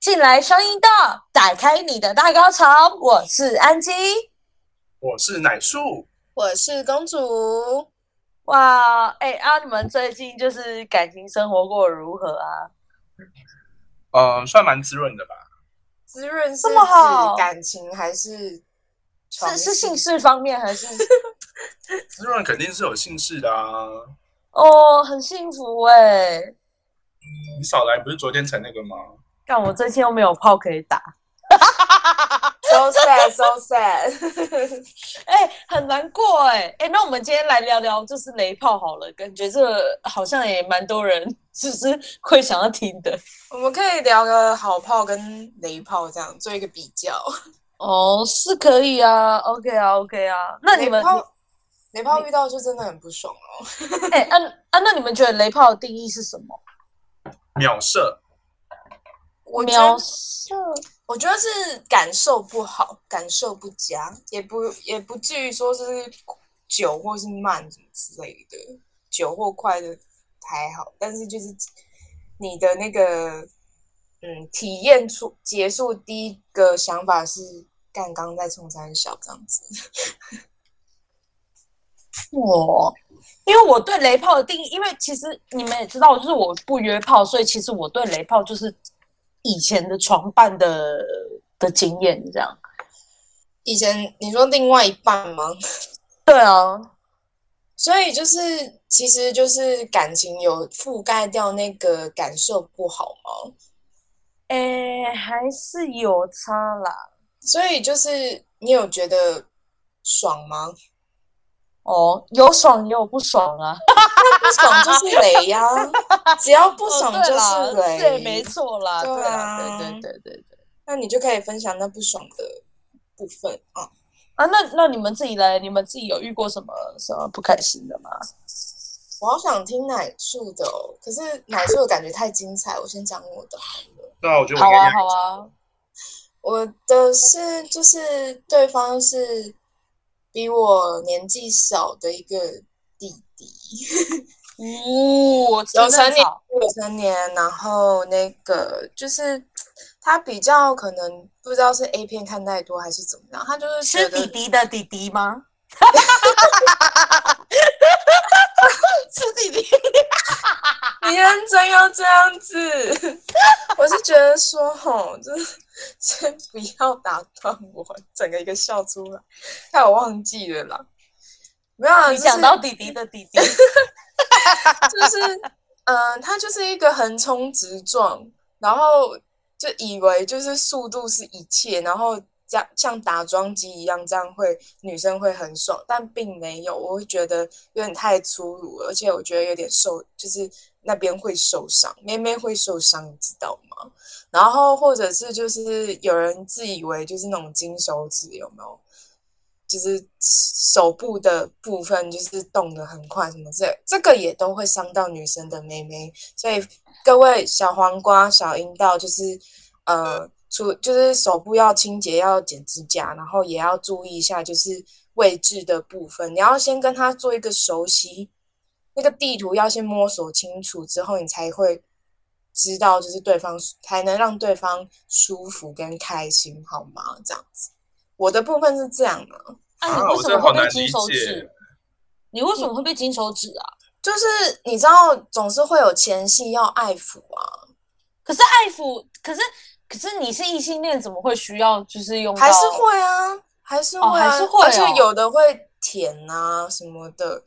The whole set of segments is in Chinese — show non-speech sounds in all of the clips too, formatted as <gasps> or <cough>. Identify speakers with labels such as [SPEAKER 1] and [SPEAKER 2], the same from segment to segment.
[SPEAKER 1] 进来声音道，打开你的大高潮。我是安吉，
[SPEAKER 2] 我是奶树，
[SPEAKER 3] 我是公主。
[SPEAKER 1] 哇，哎、啊，你们最近就是感情生活过得如何啊？
[SPEAKER 2] 呃，算蛮滋润的吧？
[SPEAKER 3] 滋润是
[SPEAKER 1] 这么好
[SPEAKER 3] 指感情还是床
[SPEAKER 1] 是是
[SPEAKER 3] 事
[SPEAKER 1] 姓氏方面还是？ <laughs>
[SPEAKER 2] 滋润肯定是有姓氏的啊！
[SPEAKER 1] 哦，很幸福哎、
[SPEAKER 2] 你少来，不是昨天才那个吗？
[SPEAKER 1] 但我最近又没有炮可以打，
[SPEAKER 3] so
[SPEAKER 1] <laughs>
[SPEAKER 3] sad so sad？ <laughs>
[SPEAKER 1] 哎、很难过哎、哎、那我们今天来聊聊就是雷炮好了，感觉这个好像也蛮多人就是会想要听的。
[SPEAKER 3] 我们可以聊个好炮跟雷炮这样做一个比较。
[SPEAKER 1] 哦，是可以啊，OK 啊，OK 啊。那你们
[SPEAKER 3] 雷，炮雷炮遇到就真的很不爽哦。
[SPEAKER 1] 哎、啊啊，那你们觉得雷炮的定义是什么？
[SPEAKER 2] 秒射，
[SPEAKER 3] 我觉
[SPEAKER 1] 瞄
[SPEAKER 3] 得
[SPEAKER 1] 射
[SPEAKER 3] 我觉得是感受不好，感受不佳，也不也不至于说是久或是慢什么之类的，久或快的还好，但是就是你的那个嗯体验出结束第一个想法是干刚在冲三小这样子，
[SPEAKER 1] 我，因为我对雷炮的定义，因为其实你们也知道，就是我不约炮，所以其实我对雷炮就是以前的床伴的的经验这样。
[SPEAKER 3] 以前你说另外一半吗？
[SPEAKER 1] 对啊，
[SPEAKER 3] 所以就是，其实就是感情有覆盖掉那个感受不好吗？
[SPEAKER 1] 诶、还是有差啦。
[SPEAKER 3] 所以就是你有觉得爽吗？
[SPEAKER 1] 哦，有爽也有不爽啊，
[SPEAKER 3] 不爽就是雷呀、只要不爽
[SPEAKER 1] 哦对
[SPEAKER 3] 就
[SPEAKER 1] 啦
[SPEAKER 3] 是雷。
[SPEAKER 1] 也没错啦，
[SPEAKER 3] 对
[SPEAKER 1] 对啦
[SPEAKER 3] 啊
[SPEAKER 1] 对对对对对。
[SPEAKER 3] 那你就可以分享那不爽的部分啊。
[SPEAKER 1] 啊，那那你们自己来，你们自己有遇过什么什么不开心的吗？
[SPEAKER 3] 我好想听奶树的哦，可是奶树的感觉太精彩，我先讲我的好了。
[SPEAKER 2] 对啊，我觉得我
[SPEAKER 1] 好
[SPEAKER 2] 应该
[SPEAKER 1] 啊，好啊，
[SPEAKER 3] 我的是就是对方是比我年纪小的一个弟弟。
[SPEAKER 1] 哦，
[SPEAKER 3] <laughs> 有成年
[SPEAKER 1] 好，
[SPEAKER 3] 有成年，然后那个就是他比较可能不知道是 A 片看太多还是怎么样，他就是觉
[SPEAKER 1] 是弟
[SPEAKER 3] 得
[SPEAKER 1] 弟的弟弟吗？是弟弟， <laughs>
[SPEAKER 3] 你认真要这样子， <laughs> 我是觉得说吼，就是先不要打断我，整个一个笑出来，害我忘记了啦。没有啊，
[SPEAKER 1] 你
[SPEAKER 3] 就是
[SPEAKER 1] 讲到弟弟的弟弟，
[SPEAKER 3] 就是，嗯、他就是一个横冲直撞，然后就以为就是速度是一切，然后这样像打桩机一样，这样会女生会很爽，但并没有，我会觉得有点太粗鲁了，而且我觉得有点受，就是那边会受伤，妹妹会受伤，你知道吗？然后或者是就是有人自以为就是那种金手指有没有？就是手部的部分，就是动得很快，什么这这个也都会伤到女生的妹妹，所以各位小黄瓜、小阴道，就是呃，除就是手部要清洁，要剪指甲，然后也要注意一下就是位置的部分，你要先跟他做一个熟悉，那个地图要先摸索清楚之后，你才会知道就是对方才能让对方舒服跟开心，好吗？这样子，我的部分是这样的、
[SPEAKER 1] 啊，
[SPEAKER 2] 啊
[SPEAKER 1] 你为
[SPEAKER 2] 我
[SPEAKER 1] 什
[SPEAKER 2] 真的
[SPEAKER 1] 么
[SPEAKER 2] 好
[SPEAKER 1] 会被
[SPEAKER 2] 难
[SPEAKER 1] 金
[SPEAKER 2] 理
[SPEAKER 1] 手
[SPEAKER 2] 解
[SPEAKER 1] 指？你为什么会被金手指啊？
[SPEAKER 3] 就是你知道，总是会有前戏要爱抚啊，
[SPEAKER 1] 可是爱抚，可是可是你是异性恋，怎么会需要就是用到？
[SPEAKER 3] 还是会啊，还是会
[SPEAKER 1] 哦
[SPEAKER 3] 啊，
[SPEAKER 1] 还是会哦
[SPEAKER 3] 而且有的会舔啊什么的。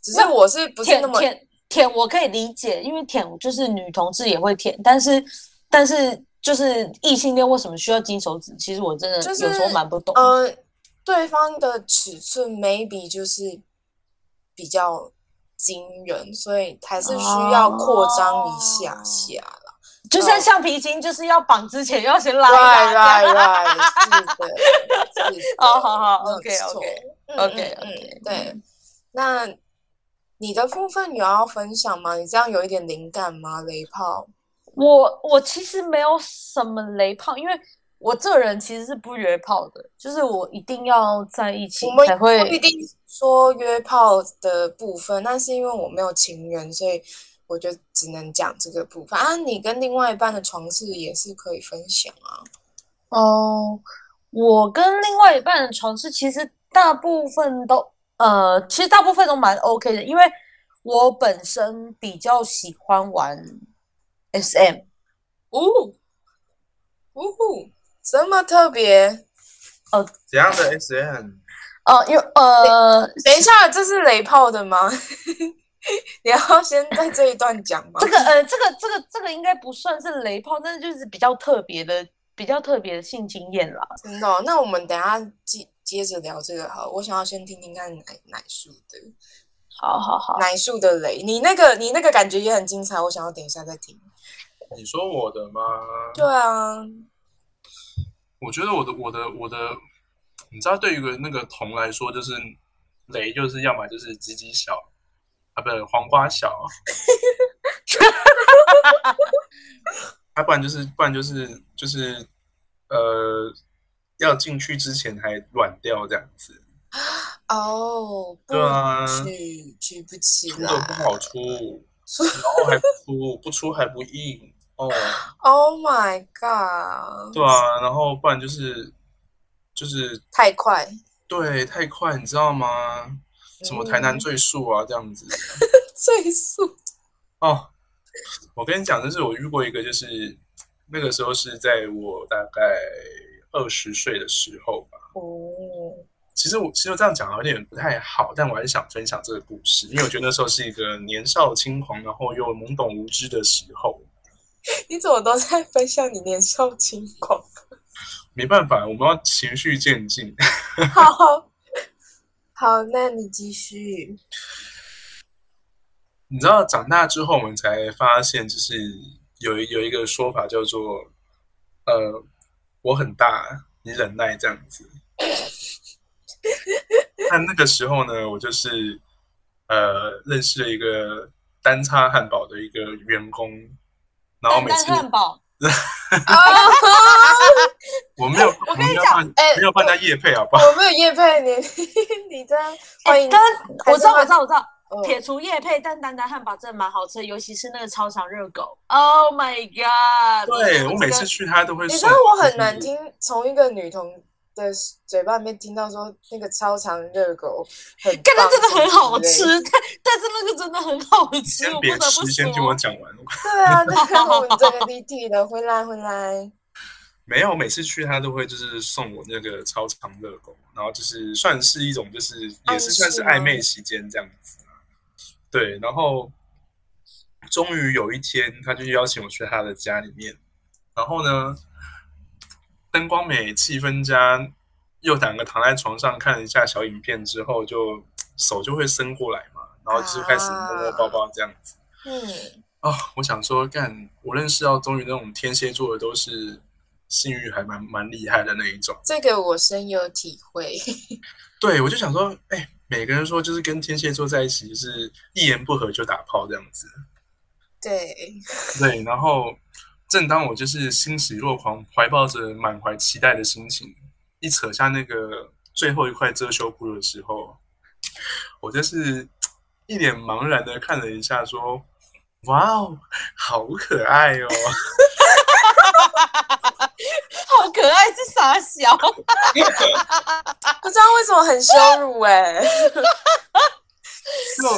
[SPEAKER 3] 只是
[SPEAKER 1] 那
[SPEAKER 3] 我是不是
[SPEAKER 1] 舔
[SPEAKER 3] 那么
[SPEAKER 1] 舔舔，我可以理解，因为舔就是女同志也会舔，但是但是就是异性恋为什么需要金手指？其实我真的
[SPEAKER 3] 就是
[SPEAKER 1] 有时候蛮不懂的。
[SPEAKER 3] 呃，对方的尺寸 maybe 就是比较惊人，所以还是需
[SPEAKER 1] 哦
[SPEAKER 3] 要扩张一下下啦。
[SPEAKER 1] 就
[SPEAKER 3] 嗯
[SPEAKER 1] 像橡皮筋，就是要绑之前要先拉一
[SPEAKER 3] 对
[SPEAKER 1] 拉。
[SPEAKER 3] 对对，是的，是
[SPEAKER 1] <laughs>
[SPEAKER 3] 的
[SPEAKER 1] 哦好好
[SPEAKER 3] 没有
[SPEAKER 1] OK，OK，
[SPEAKER 3] 错
[SPEAKER 1] OK，OK，
[SPEAKER 3] 嗯嗯嗯对。那你的部分有要分享吗？你这样有一点灵感吗？雷炮，
[SPEAKER 1] 我我其实没有什么雷炮，因为我这人其实是不约炮的，就是我一定要在一起
[SPEAKER 3] 我们
[SPEAKER 1] 才会
[SPEAKER 3] 不一定说约炮的部分，那是因为我没有情人，所以我就只能讲这个部分啊。你跟另外一半的床事也是可以分享啊。
[SPEAKER 1] 哦，我跟另外一半的床事其实大部分都呃，其实大部分都蛮 OK 的，因为我本身比较喜欢玩 SM，
[SPEAKER 3] 哦，呜呼，这么特别？
[SPEAKER 2] 怎样的 SM？
[SPEAKER 1] 呃，因为呃，
[SPEAKER 3] 等一下，这是雷炮的吗？ <laughs> 你要先在这一段讲吗
[SPEAKER 1] 这？个呃，这个这个这个应该不算是雷炮，但是就是比较特别的、比较特别的性经验啦。
[SPEAKER 3] 真的哦、那我们等一下接接着聊这个好了。我想要先听听看奶奶树的
[SPEAKER 1] 好好好，
[SPEAKER 3] 奶树的雷，你那个你那个感觉也很精彩，我想要等一下再听。
[SPEAKER 2] 你说我的吗？
[SPEAKER 3] 对啊，
[SPEAKER 2] 我觉得我的我的我的，你知道，对于一个那个铜来说，就是雷，就是要么就是鸡鸡小啊，不是黄瓜小，啊，不然就是不然就是就是呃，要进去之前还软掉这样子，
[SPEAKER 3] 哦，不
[SPEAKER 2] 对啊
[SPEAKER 3] 举举不起
[SPEAKER 2] 出
[SPEAKER 3] 来
[SPEAKER 2] 的不好出，然后还不出，不出还不硬哦。
[SPEAKER 3] ，Oh my god，
[SPEAKER 2] 对啊，然后不然就是就是
[SPEAKER 3] 太快，
[SPEAKER 2] 对太快，你知道吗？什么台南
[SPEAKER 3] 嗯
[SPEAKER 2] 赘述啊，这样子
[SPEAKER 3] 最速，
[SPEAKER 2] 哦。我跟你讲，就是我遇过一个，就是那个时候是在我大概二十岁的时候吧。
[SPEAKER 3] 哦，
[SPEAKER 2] 其实我其实这样讲有点不太好，但我还是想分享这个故事，因为我觉得那时候是一个年少轻狂，然后又懵懂无知的时候。
[SPEAKER 3] 你怎么都在分享你年少轻狂？
[SPEAKER 2] 没办法，我们要循序渐进。 <laughs>
[SPEAKER 3] 好好，那你继续。
[SPEAKER 2] 你知道长大之后，我们才发现，就是有一有一个说法叫做，呃，我很大，你忍耐这样子。但那个时候呢，我就是呃认识了一个单叉汉堡的一个员工，然后
[SPEAKER 1] 蛋
[SPEAKER 2] 每
[SPEAKER 1] 蛋
[SPEAKER 2] 次
[SPEAKER 1] 汉堡，
[SPEAKER 3] 哦，
[SPEAKER 2] 我没有，
[SPEAKER 1] 我
[SPEAKER 2] 我
[SPEAKER 1] 跟你
[SPEAKER 2] 没有
[SPEAKER 1] 讲
[SPEAKER 2] 办
[SPEAKER 3] 哎
[SPEAKER 2] 没有办他夜配好不好？
[SPEAKER 3] 我没有叶佩你， <laughs> 你在欢迎
[SPEAKER 1] 哎，刚刚我知道，我知道，我知道，
[SPEAKER 3] 哦
[SPEAKER 1] 撇除叶配，但丹丹汉堡真的蛮好吃的，尤其是那个超强热狗。Oh my god！
[SPEAKER 2] 对我每
[SPEAKER 1] 这
[SPEAKER 2] 次
[SPEAKER 1] 个
[SPEAKER 2] 去他都会
[SPEAKER 3] 你知
[SPEAKER 2] 送，
[SPEAKER 3] 道我很难听，从一个女童的嘴巴里面听到说那个超长热狗很
[SPEAKER 1] 干
[SPEAKER 3] 棒
[SPEAKER 1] 它真的很好
[SPEAKER 3] 之
[SPEAKER 1] 吃
[SPEAKER 3] 类的，
[SPEAKER 1] 但但是那个真的很好吃，
[SPEAKER 2] 先
[SPEAKER 1] 我不
[SPEAKER 2] 别
[SPEAKER 1] 得不
[SPEAKER 2] 吃，先听我
[SPEAKER 1] 说。
[SPEAKER 2] 讲完。
[SPEAKER 3] 对啊，那
[SPEAKER 1] <laughs>
[SPEAKER 3] 个我们这个立体的，回来回来。
[SPEAKER 2] 没有，每次去他都会就是送我那个超长热狗，然后就是算是一种就是也是算是暧昧期间这样子啊。对，然后终于有一天，他就邀请我去他的家里面，然后呢，灯光美，气氛佳，又两个躺在床上看了一下小影片之后就，手就会伸过来嘛，然后就是开始摸摸抱抱这样子。
[SPEAKER 3] 嗯，
[SPEAKER 2] 啊、我想说，干，我认识到终于那种天蝎座的都是性欲还蛮蛮厉害的那一种。
[SPEAKER 3] 这个我深有体会。 <laughs>
[SPEAKER 2] 对，我就想说，哎、每个人说就是跟天蝎座在一起，就是一言不合就打炮这样子。
[SPEAKER 3] 对，
[SPEAKER 2] 对，然后正当我就是欣喜若狂，怀抱着满怀期待的心情，一扯下那个最后一块遮羞布的时候，我就是一脸茫然的看了一下，说：“哇哦，好可爱哦。” <laughs>
[SPEAKER 1] 好可爱，是傻小。
[SPEAKER 3] 不知道为什么很羞辱哎、 <laughs>
[SPEAKER 2] 就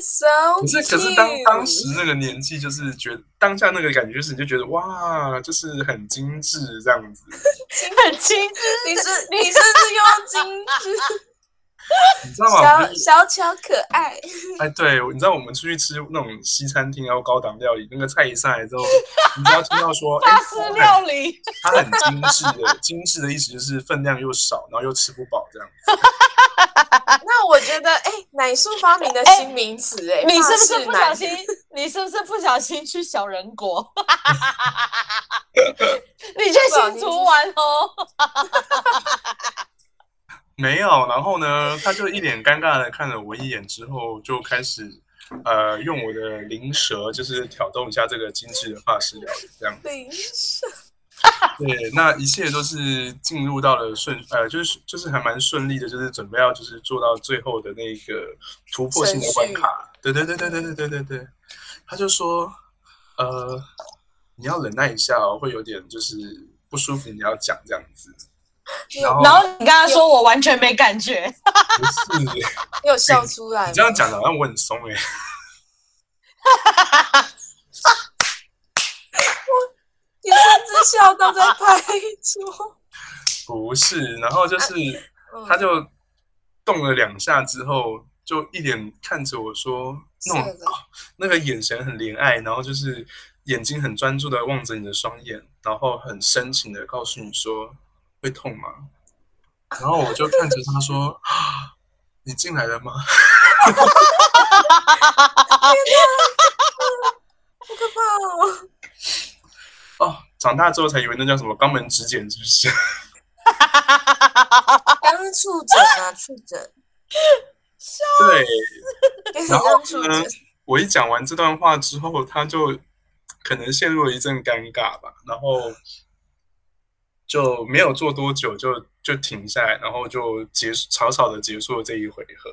[SPEAKER 3] ，so
[SPEAKER 2] 可是，可是当当时那个年纪，就是觉得当下那个感觉，就是你就觉得哇，就是很精致这样子。
[SPEAKER 1] 很轻，
[SPEAKER 3] 你是你甚至用精致
[SPEAKER 2] 你知道吗？我们
[SPEAKER 3] 小巧可爱，
[SPEAKER 2] 哎，对，你知道我们出去吃那种西餐厅，然后高档料理，那个菜一上来之后，你只要听到说，哎
[SPEAKER 1] 法，式料理，
[SPEAKER 2] 它很它很精致的，精致的意思就是分量又少，然后又吃不饱这样子。
[SPEAKER 3] 那我觉得，哎、奶树发明的新名词、哎、
[SPEAKER 1] 你是不是不小
[SPEAKER 3] 法式奶？
[SPEAKER 1] 心？你是不是不小心去小人 <laughs> 国？你去新竹玩哦，
[SPEAKER 2] 没有，然后呢，他就一脸尴尬的看了我一眼之后，就开始呃用我的灵舌，就是挑逗一下这个精致的发饰料理这样子。
[SPEAKER 3] 对，
[SPEAKER 2] 对，那一切都是进入到了顺，呃，就是就是还蛮顺利的，就是准备要就是做到最后的那个突破性的关卡。对对对对对对对对对，他就说，呃，你要忍耐一下哦，会有点就是不舒服，你要讲这样子。然后
[SPEAKER 1] 然后你跟他说我完全没感觉，
[SPEAKER 2] 不
[SPEAKER 1] <laughs>
[SPEAKER 2] 是，
[SPEAKER 3] 你有笑出来
[SPEAKER 2] 你
[SPEAKER 3] 吗？
[SPEAKER 2] 这样讲的好像我很松哎、
[SPEAKER 3] 你甚至笑到在拍桌。
[SPEAKER 2] 不是，然
[SPEAKER 1] 啊
[SPEAKER 2] 后就是
[SPEAKER 3] 嗯
[SPEAKER 2] 他就动了两下之后，就一脸看着我说，那种
[SPEAKER 3] 是的
[SPEAKER 2] 那个眼神很怜爱，然后就是眼睛很专注的望着你的双眼，然后很深情的告诉你说会痛吗？然后我就看着他说：“ <gasps> 啊你进来了吗
[SPEAKER 3] 可怕哦！？” <laughs>
[SPEAKER 2] 哦，长大之后才以为那叫什么肛门指检，是不是？ <laughs>
[SPEAKER 3] 刚刚触诊啊，触诊，
[SPEAKER 2] 对
[SPEAKER 3] 变成
[SPEAKER 2] 然后
[SPEAKER 3] 刚触诊
[SPEAKER 2] 呢，我一讲完这段话之后，他就可能陷入了一阵尴尬吧，然后就没有做多久就就停下来，然后就结束草草的结束了这一回合。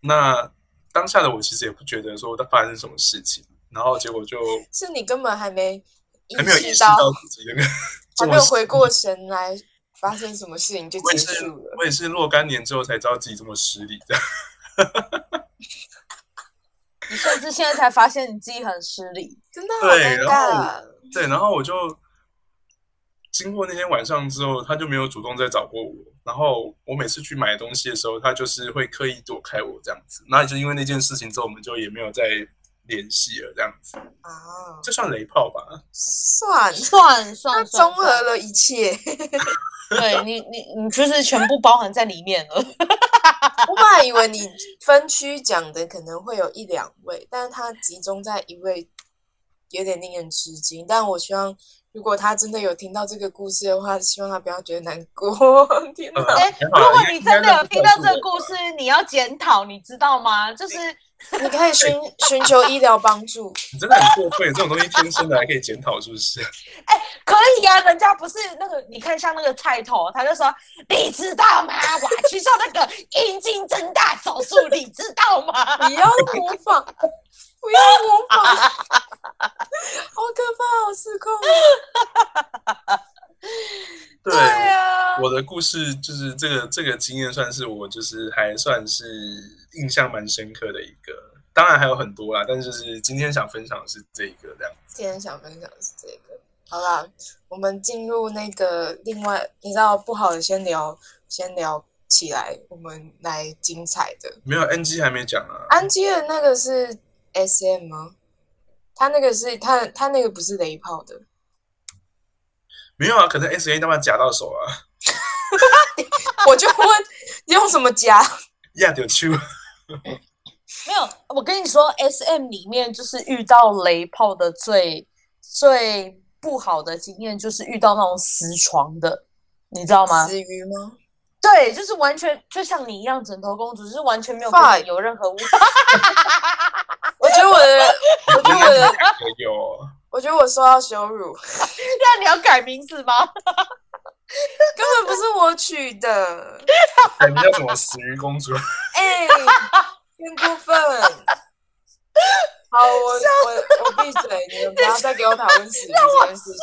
[SPEAKER 2] 那当下的我其实也不觉得说发生什么事情，然后结果就是
[SPEAKER 3] 你根本还没意
[SPEAKER 2] 还没有意
[SPEAKER 3] 识
[SPEAKER 2] 识到自己那个这
[SPEAKER 3] 还
[SPEAKER 2] 么
[SPEAKER 3] 没有回过神来，发生什么事情就
[SPEAKER 2] 我
[SPEAKER 3] 结
[SPEAKER 2] 也是
[SPEAKER 3] 束了。
[SPEAKER 2] 我也是若干年之后才知道自己这么失礼的。
[SPEAKER 1] 你甚至现在才发现你自己很失礼。
[SPEAKER 3] 真的好
[SPEAKER 2] 对然
[SPEAKER 3] 尴尬。
[SPEAKER 2] 对，然后我就经过那天晚上之后，他就没有主动再找过我。然后我每次去买东西的时候，他就是会刻意躲开我这样子。那就因为那件事情之后，我们就也没有再联系了，这样子，
[SPEAKER 3] 啊，
[SPEAKER 2] 这算雷炮吧？
[SPEAKER 1] <laughs>
[SPEAKER 3] 算，
[SPEAKER 1] 算
[SPEAKER 3] 它
[SPEAKER 1] 算
[SPEAKER 3] 综
[SPEAKER 1] 算，
[SPEAKER 3] 合了一切。
[SPEAKER 1] 对你你你就是全部包含在里面了。
[SPEAKER 3] 我本来以为你分区讲的可能会有一两位，但是它集中在一位，有点令人吃惊。但我希望，如果他真的有听到这个故事的话，希望他不要觉得难过。 <laughs> 天哪！
[SPEAKER 1] <laughs> 哎、
[SPEAKER 2] 还
[SPEAKER 1] 如
[SPEAKER 2] 好啦
[SPEAKER 1] 果
[SPEAKER 2] 因为
[SPEAKER 1] 你真的有听到这个故，
[SPEAKER 2] 应该那时候是我吧
[SPEAKER 1] 事，你要检讨，你知道吗？就是
[SPEAKER 2] 嗯
[SPEAKER 3] 你可以寻寻求医疗帮助。
[SPEAKER 2] 你真的很过分，这种东西天生的还可以检讨，是不是？ <laughs>
[SPEAKER 1] 可以啊，人家不是那个，你看像那个菜头，他就说，你知道吗？我去做那个阴茎增大手术，你知道吗？
[SPEAKER 3] 不要模仿，不要模仿，好可怕，好失控。哦
[SPEAKER 2] 对。
[SPEAKER 1] 啊，
[SPEAKER 2] 我的故事就是这个这个经验，算是我就是还算是印象蛮深刻的一个。当然还有很多啦，但是就是今天想分享的是这一个这样。
[SPEAKER 3] 今天想分享的是这个。好啦，我们进入那个另外，你知道不好的先聊，先聊起来，我们来精彩的。
[SPEAKER 2] 没有 NG 还没讲啊，
[SPEAKER 3] 安吉的那个是 SM 吗？他那个是他他那个不是雷炮的，
[SPEAKER 2] 没有啊，可能 S A 他妈夹到手啊， <laughs>
[SPEAKER 3] 我就问你用什么夹？
[SPEAKER 2] 压掉去。
[SPEAKER 1] 没有，我跟你说，S M 里面就是遇到雷炮的最最不好的经验，就是遇到那种死床的，你知道吗？
[SPEAKER 3] 死鱼吗？
[SPEAKER 1] 对，就是完全就像你一样，枕头公主，就是完全没有跟
[SPEAKER 3] Fuck
[SPEAKER 1] 你有任何污。
[SPEAKER 3] 我觉得我的，我觉得我的，
[SPEAKER 2] 有，
[SPEAKER 3] 我觉得我受到羞辱。
[SPEAKER 1] <laughs> 那你要改名字吗？
[SPEAKER 3] 根本不是我取的，
[SPEAKER 2] 你们叫什么死鱼公主？ <laughs>
[SPEAKER 3] 哎、真过分。好，我我我闭嘴，你们不要再给我讨论死鱼这件事情。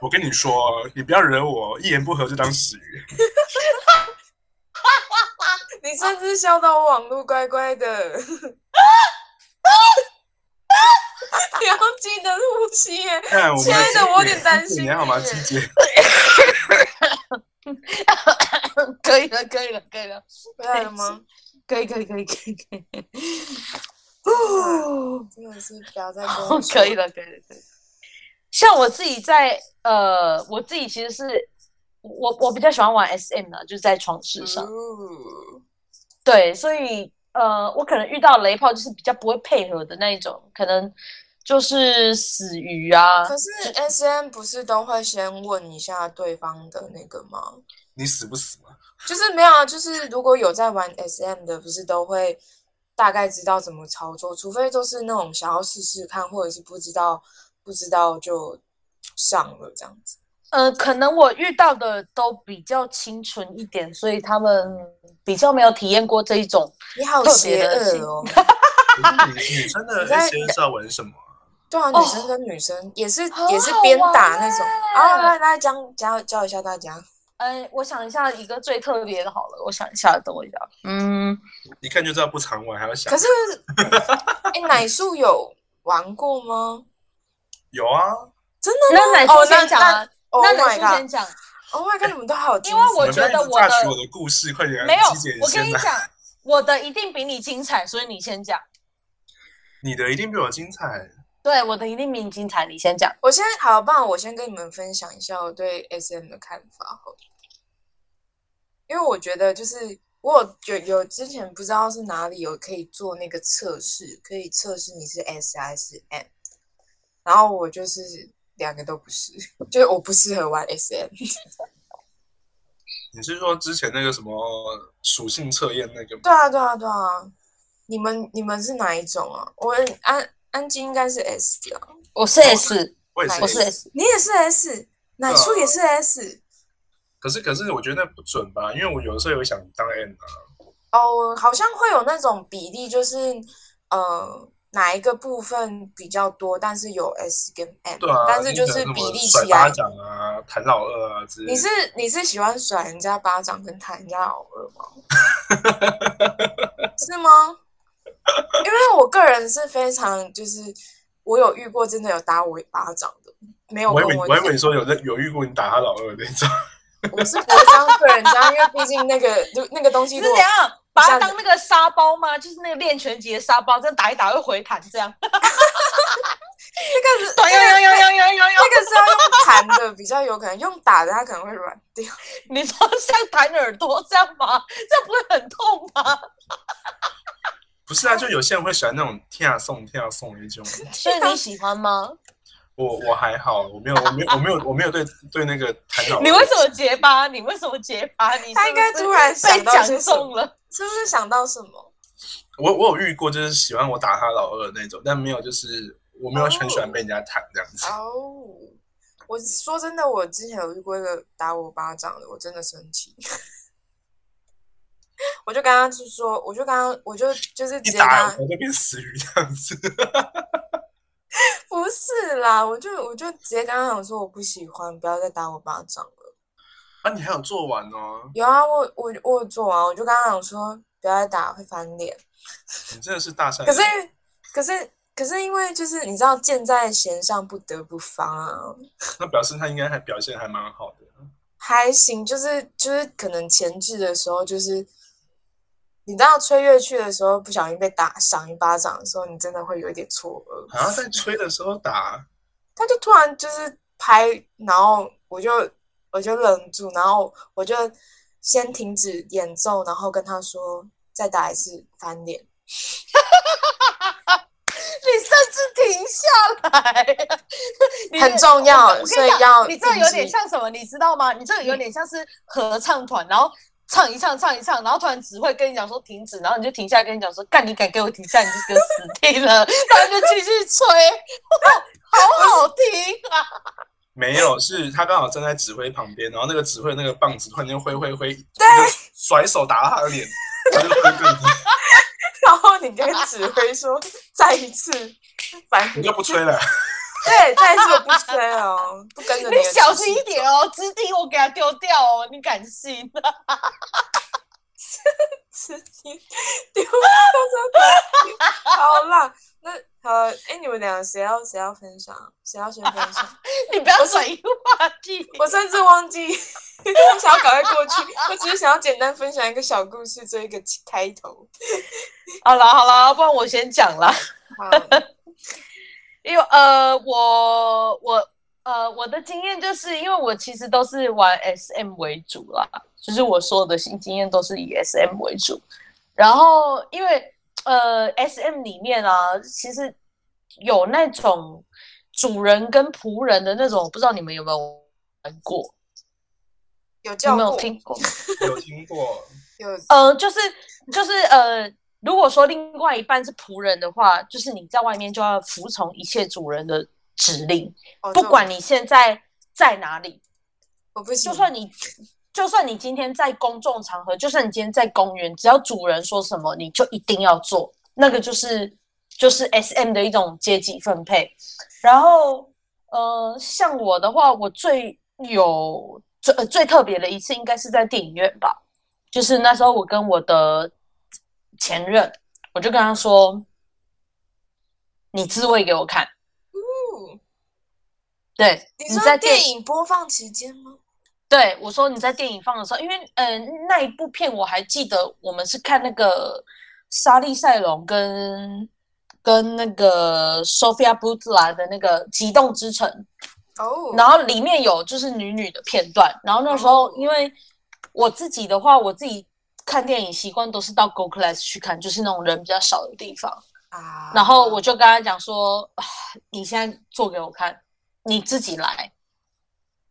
[SPEAKER 2] 我跟你说，你不要惹我，一言不合就当死鱼。 <laughs>
[SPEAKER 3] 你甚至笑到我网络乖乖的。你要记得呼吸耶！
[SPEAKER 2] 看哎我们
[SPEAKER 3] 亲爱的我有点担心
[SPEAKER 2] 你好吗，
[SPEAKER 3] 耶
[SPEAKER 2] 季姐？
[SPEAKER 1] <laughs> 可以了，可以了，可以了，
[SPEAKER 3] 回来了吗？
[SPEAKER 1] 可以，可以，可以，可以，可以，哦
[SPEAKER 3] 真的是不要再跟我说
[SPEAKER 1] <laughs> 可以。了，可以了，可以了。像我自己在呃，我自己其实是我我比较喜欢玩 SM 的，就是在床事上。
[SPEAKER 3] 哦
[SPEAKER 1] 对，所以呃，我可能遇到雷炮就是比较不会配合的那一种，可能就是死鱼啊。
[SPEAKER 3] 可是 S M 不是都会先问一下对方的那个吗？
[SPEAKER 2] 你死不死嘛？
[SPEAKER 3] 就是没有啊，就是如果有在玩 SM 的，不是都会大概知道怎么操作，除非都是那种想要试试看，或者是不知道不知道就上了这样子。
[SPEAKER 1] 呃，可能我遇到的都比较清纯一点，所以他们比较没有体验过这一种。
[SPEAKER 3] 你好
[SPEAKER 1] 特别
[SPEAKER 3] 邪
[SPEAKER 1] 的
[SPEAKER 3] 恶
[SPEAKER 1] 心
[SPEAKER 3] 哦！
[SPEAKER 2] 可是女女生的
[SPEAKER 3] 你在
[SPEAKER 2] S N 是要玩什么啊？
[SPEAKER 3] 对啊，
[SPEAKER 1] 哦
[SPEAKER 3] 女生跟女生也是
[SPEAKER 1] 很
[SPEAKER 3] 也是
[SPEAKER 1] 好
[SPEAKER 3] 边
[SPEAKER 1] 玩
[SPEAKER 3] 打那种。啊，
[SPEAKER 1] 欸
[SPEAKER 3] 来来讲教教一下大家，
[SPEAKER 1] 呃，我想一下一个最特别的，好了，我想一下，等我一下。嗯，
[SPEAKER 2] 一看就知道不常玩，还要想
[SPEAKER 1] <laughs>
[SPEAKER 3] 可。是哎、奶树有玩过吗？
[SPEAKER 2] 有啊，
[SPEAKER 3] 真的
[SPEAKER 1] 那奶叔
[SPEAKER 3] 哦那
[SPEAKER 1] 先讲啊，
[SPEAKER 3] ？Oh
[SPEAKER 1] 那奶叔
[SPEAKER 3] my god！
[SPEAKER 1] 先讲。
[SPEAKER 3] Oh my god！你们都好精
[SPEAKER 1] 因为
[SPEAKER 3] 彩，
[SPEAKER 1] 我
[SPEAKER 2] 们
[SPEAKER 1] 觉得
[SPEAKER 2] 刚刚一直
[SPEAKER 1] 我的
[SPEAKER 2] 榨取我的故事，快点啊
[SPEAKER 1] 没有
[SPEAKER 2] 集结，
[SPEAKER 1] 我跟
[SPEAKER 2] 先
[SPEAKER 1] 你
[SPEAKER 2] 来。
[SPEAKER 1] 讲，我的一定比你精彩，所以你先讲。
[SPEAKER 2] 你的一定比我精彩。
[SPEAKER 1] 对，我的一定比你精彩，你先讲。
[SPEAKER 3] 我先好，不然我先跟你们分享一下我对 SM 的看法好了，因为我觉得就是我有有有之前不知道是哪里有可以做那个测试，可以测试你是 S 还是 M，然后我就是两个都不是，就是我不适合玩 SM，
[SPEAKER 2] 你是说之前那个什么属性测验那个吗？
[SPEAKER 3] 对啊，对啊，对啊，你们你们是哪一种啊？我安安吉应该是 S 啊，
[SPEAKER 1] 我是 S，
[SPEAKER 2] 我也是，
[SPEAKER 1] 我是 S，
[SPEAKER 3] 你也是 S，奶树也是 S，
[SPEAKER 2] 可是可是我觉得那不准吧，因为我有的时候也想当 N 啊。
[SPEAKER 3] 哦，好像会有那种比例，就是呃哪一个部分比较多，但是有 S 跟 M，
[SPEAKER 2] 对啊，
[SPEAKER 3] 但是就是
[SPEAKER 2] 你可能什
[SPEAKER 3] 比
[SPEAKER 2] 么
[SPEAKER 3] 例
[SPEAKER 2] 甩
[SPEAKER 3] 起
[SPEAKER 2] 巴
[SPEAKER 3] 来，
[SPEAKER 2] 掌啊，弹老二啊之类的。
[SPEAKER 3] 你是你是喜欢甩人家巴掌跟弹人家老二
[SPEAKER 2] <laughs>
[SPEAKER 3] 吗？是吗？因为我个人是非常就是我有遇过真的有打我一巴掌的，没有
[SPEAKER 2] 我以为
[SPEAKER 3] 跟我
[SPEAKER 2] 我以
[SPEAKER 3] 讲
[SPEAKER 2] 为你说有在有遇过你打他老二那种， <laughs>
[SPEAKER 3] 我是不会这样对人家，因为毕竟那个就那个东西
[SPEAKER 1] 你
[SPEAKER 3] 如
[SPEAKER 1] 是
[SPEAKER 3] 果
[SPEAKER 1] 怎样把它
[SPEAKER 3] 一下
[SPEAKER 1] 当那个沙包吗？就是那个练拳击的沙包，这样打一打会回弹，这样。
[SPEAKER 3] 那个是
[SPEAKER 1] 咚呦呦呦呦呦呦呦！
[SPEAKER 3] 那个是要用弹的，比较有可能用打的，它可能会软掉。
[SPEAKER 1] 你说像弹耳朵这样吗？这样不会很痛吗？
[SPEAKER 2] 不是啊？就有些人会喜欢那种跳送跳送那种。 <laughs>
[SPEAKER 1] 所以你喜欢吗？
[SPEAKER 2] 我我还好，我没有我没有我没有我没有对对那个弹老
[SPEAKER 1] <laughs>
[SPEAKER 2] 二。
[SPEAKER 1] 你为什么结巴？你为什么结巴？你是不是
[SPEAKER 3] 他应该突然
[SPEAKER 1] 被
[SPEAKER 3] 想到
[SPEAKER 1] 讲
[SPEAKER 3] 些什么
[SPEAKER 1] 中了。
[SPEAKER 3] 是不是想到什么？
[SPEAKER 2] 我我有遇过，就是喜欢我打他老二的那种，但没有就是我没有很喜欢被人家弹这样子。
[SPEAKER 3] 哦、我说真的，我之前有遇过一个打我巴掌的，我真的生气。 <laughs> 我就跟他就说，我就跟他，我就就是直
[SPEAKER 2] 一
[SPEAKER 3] 接跟
[SPEAKER 2] 打
[SPEAKER 3] 他
[SPEAKER 2] 我，头就变死鱼这样子。 <laughs>
[SPEAKER 3] 不是啦，我就我就直接跟他讲说，我不喜欢，不要再打我巴掌了。
[SPEAKER 2] 啊，你还有做完哦？
[SPEAKER 3] 有啊，我我我有做啊，我就跟他讲说不要再打，会翻脸。
[SPEAKER 2] 你真的是大善
[SPEAKER 3] 可
[SPEAKER 2] 人。
[SPEAKER 3] 是可是可是因为就是你知道箭在弦上不得不发啊，
[SPEAKER 2] 那表示他应该还表现还蛮好的。
[SPEAKER 3] 还行，就是就是可能前置的时候就是。你知道吹乐器的时候，不小心被打赏一巴掌的时候，你真的会有一点错愕。
[SPEAKER 2] 好像在吹的时候打，
[SPEAKER 3] 他就突然就是拍，然后我就我就忍住，然后我就先停止演奏，然后跟他说再打一次翻脸。
[SPEAKER 1] 你甚至停下来，你
[SPEAKER 3] 很重要
[SPEAKER 1] 我跟你讲
[SPEAKER 3] 所以要
[SPEAKER 1] 你这个有点
[SPEAKER 3] 停止
[SPEAKER 1] 像什么？你知道吗？你这个有点像是合唱团，然后唱一唱，唱一唱，然后突然指挥跟你讲说停止，然后你就停下来跟你讲说干，你敢给我停下，你就给我死定了， <laughs> 然后就继续吹， <laughs> 好好听啊！
[SPEAKER 2] 没有，是他刚好站在指挥旁边，然后那个指挥那个棒子突然间挥挥挥，
[SPEAKER 1] 哎
[SPEAKER 2] 对，甩手打到他的脸，他就挥更低，
[SPEAKER 3] <laughs> 然后你跟指挥说再一次反
[SPEAKER 2] 我
[SPEAKER 3] 对，
[SPEAKER 2] 就不吹了。
[SPEAKER 3] 再一次我不吹哦，不跟着
[SPEAKER 1] 你
[SPEAKER 3] 的
[SPEAKER 1] 小
[SPEAKER 3] 指
[SPEAKER 1] 心一点哦，直笛我给它丢掉哦，你敢信？ <laughs>
[SPEAKER 3] 指你 <laughs> 丢到时候好啦，那好，哎，你们两个谁要谁要分享？谁要先分享？
[SPEAKER 1] 你不要
[SPEAKER 3] 我是
[SPEAKER 1] 转移话题。
[SPEAKER 3] 我甚至忘记， <laughs> 我想要赶快过去，我只是想要简单分享一个小故事做一个起开头。
[SPEAKER 1] 好啦好啦，不然我先讲啦。
[SPEAKER 3] 好，
[SPEAKER 1] 因为呃，我我呃，我的经验就是，因为我其实都是玩 SM 为主啦，就是我所有的新经验都是以 SM 为主。然后因为呃，SM 里面啊，其实有那种主人跟仆人的那种，不知道你们有没有玩过，
[SPEAKER 3] 有
[SPEAKER 1] 有
[SPEAKER 3] 叫
[SPEAKER 1] 没有
[SPEAKER 3] 过，
[SPEAKER 1] 听过？
[SPEAKER 2] 有听过，
[SPEAKER 3] 有
[SPEAKER 1] 呃，就是就是呃，如果说另外一半是仆人的话，就是你在外面就要服从一切主人的指令，
[SPEAKER 3] 哦
[SPEAKER 1] 不管
[SPEAKER 3] 这种
[SPEAKER 1] 你现在在哪里，
[SPEAKER 3] 我不行，
[SPEAKER 1] 就算你就算你今天在公众场合，就算你今天在公园，只要主人说什么，你就一定要做，那个就是就是 S M 的一种阶级分配。然后呃，像我的话，我最有最、呃、最特别的一次应该是在电影院吧，就是那时候我跟我的前任，我就跟他说：“你自慰给我看。
[SPEAKER 3] 哦”
[SPEAKER 1] 对，
[SPEAKER 3] 你
[SPEAKER 1] 你
[SPEAKER 3] 说
[SPEAKER 1] 在电
[SPEAKER 3] 电影播放期间吗？
[SPEAKER 1] 对，我说你在电影放的时候，因为呃那一部片我还记得，我们是看那个莎莉赛隆跟跟那个 Sophia Boutella 的那个《极冻之城》，
[SPEAKER 3] 哦，
[SPEAKER 1] 然后里面有就是女女的片段，然后那时候
[SPEAKER 3] 哦
[SPEAKER 1] 因为我自己的话，我自己看电影习惯都是到 Go Class 去看，就是那种人比较少的地方，
[SPEAKER 3] 啊，
[SPEAKER 1] 然后我就跟他讲说，啊你现在做给我看，你自己来，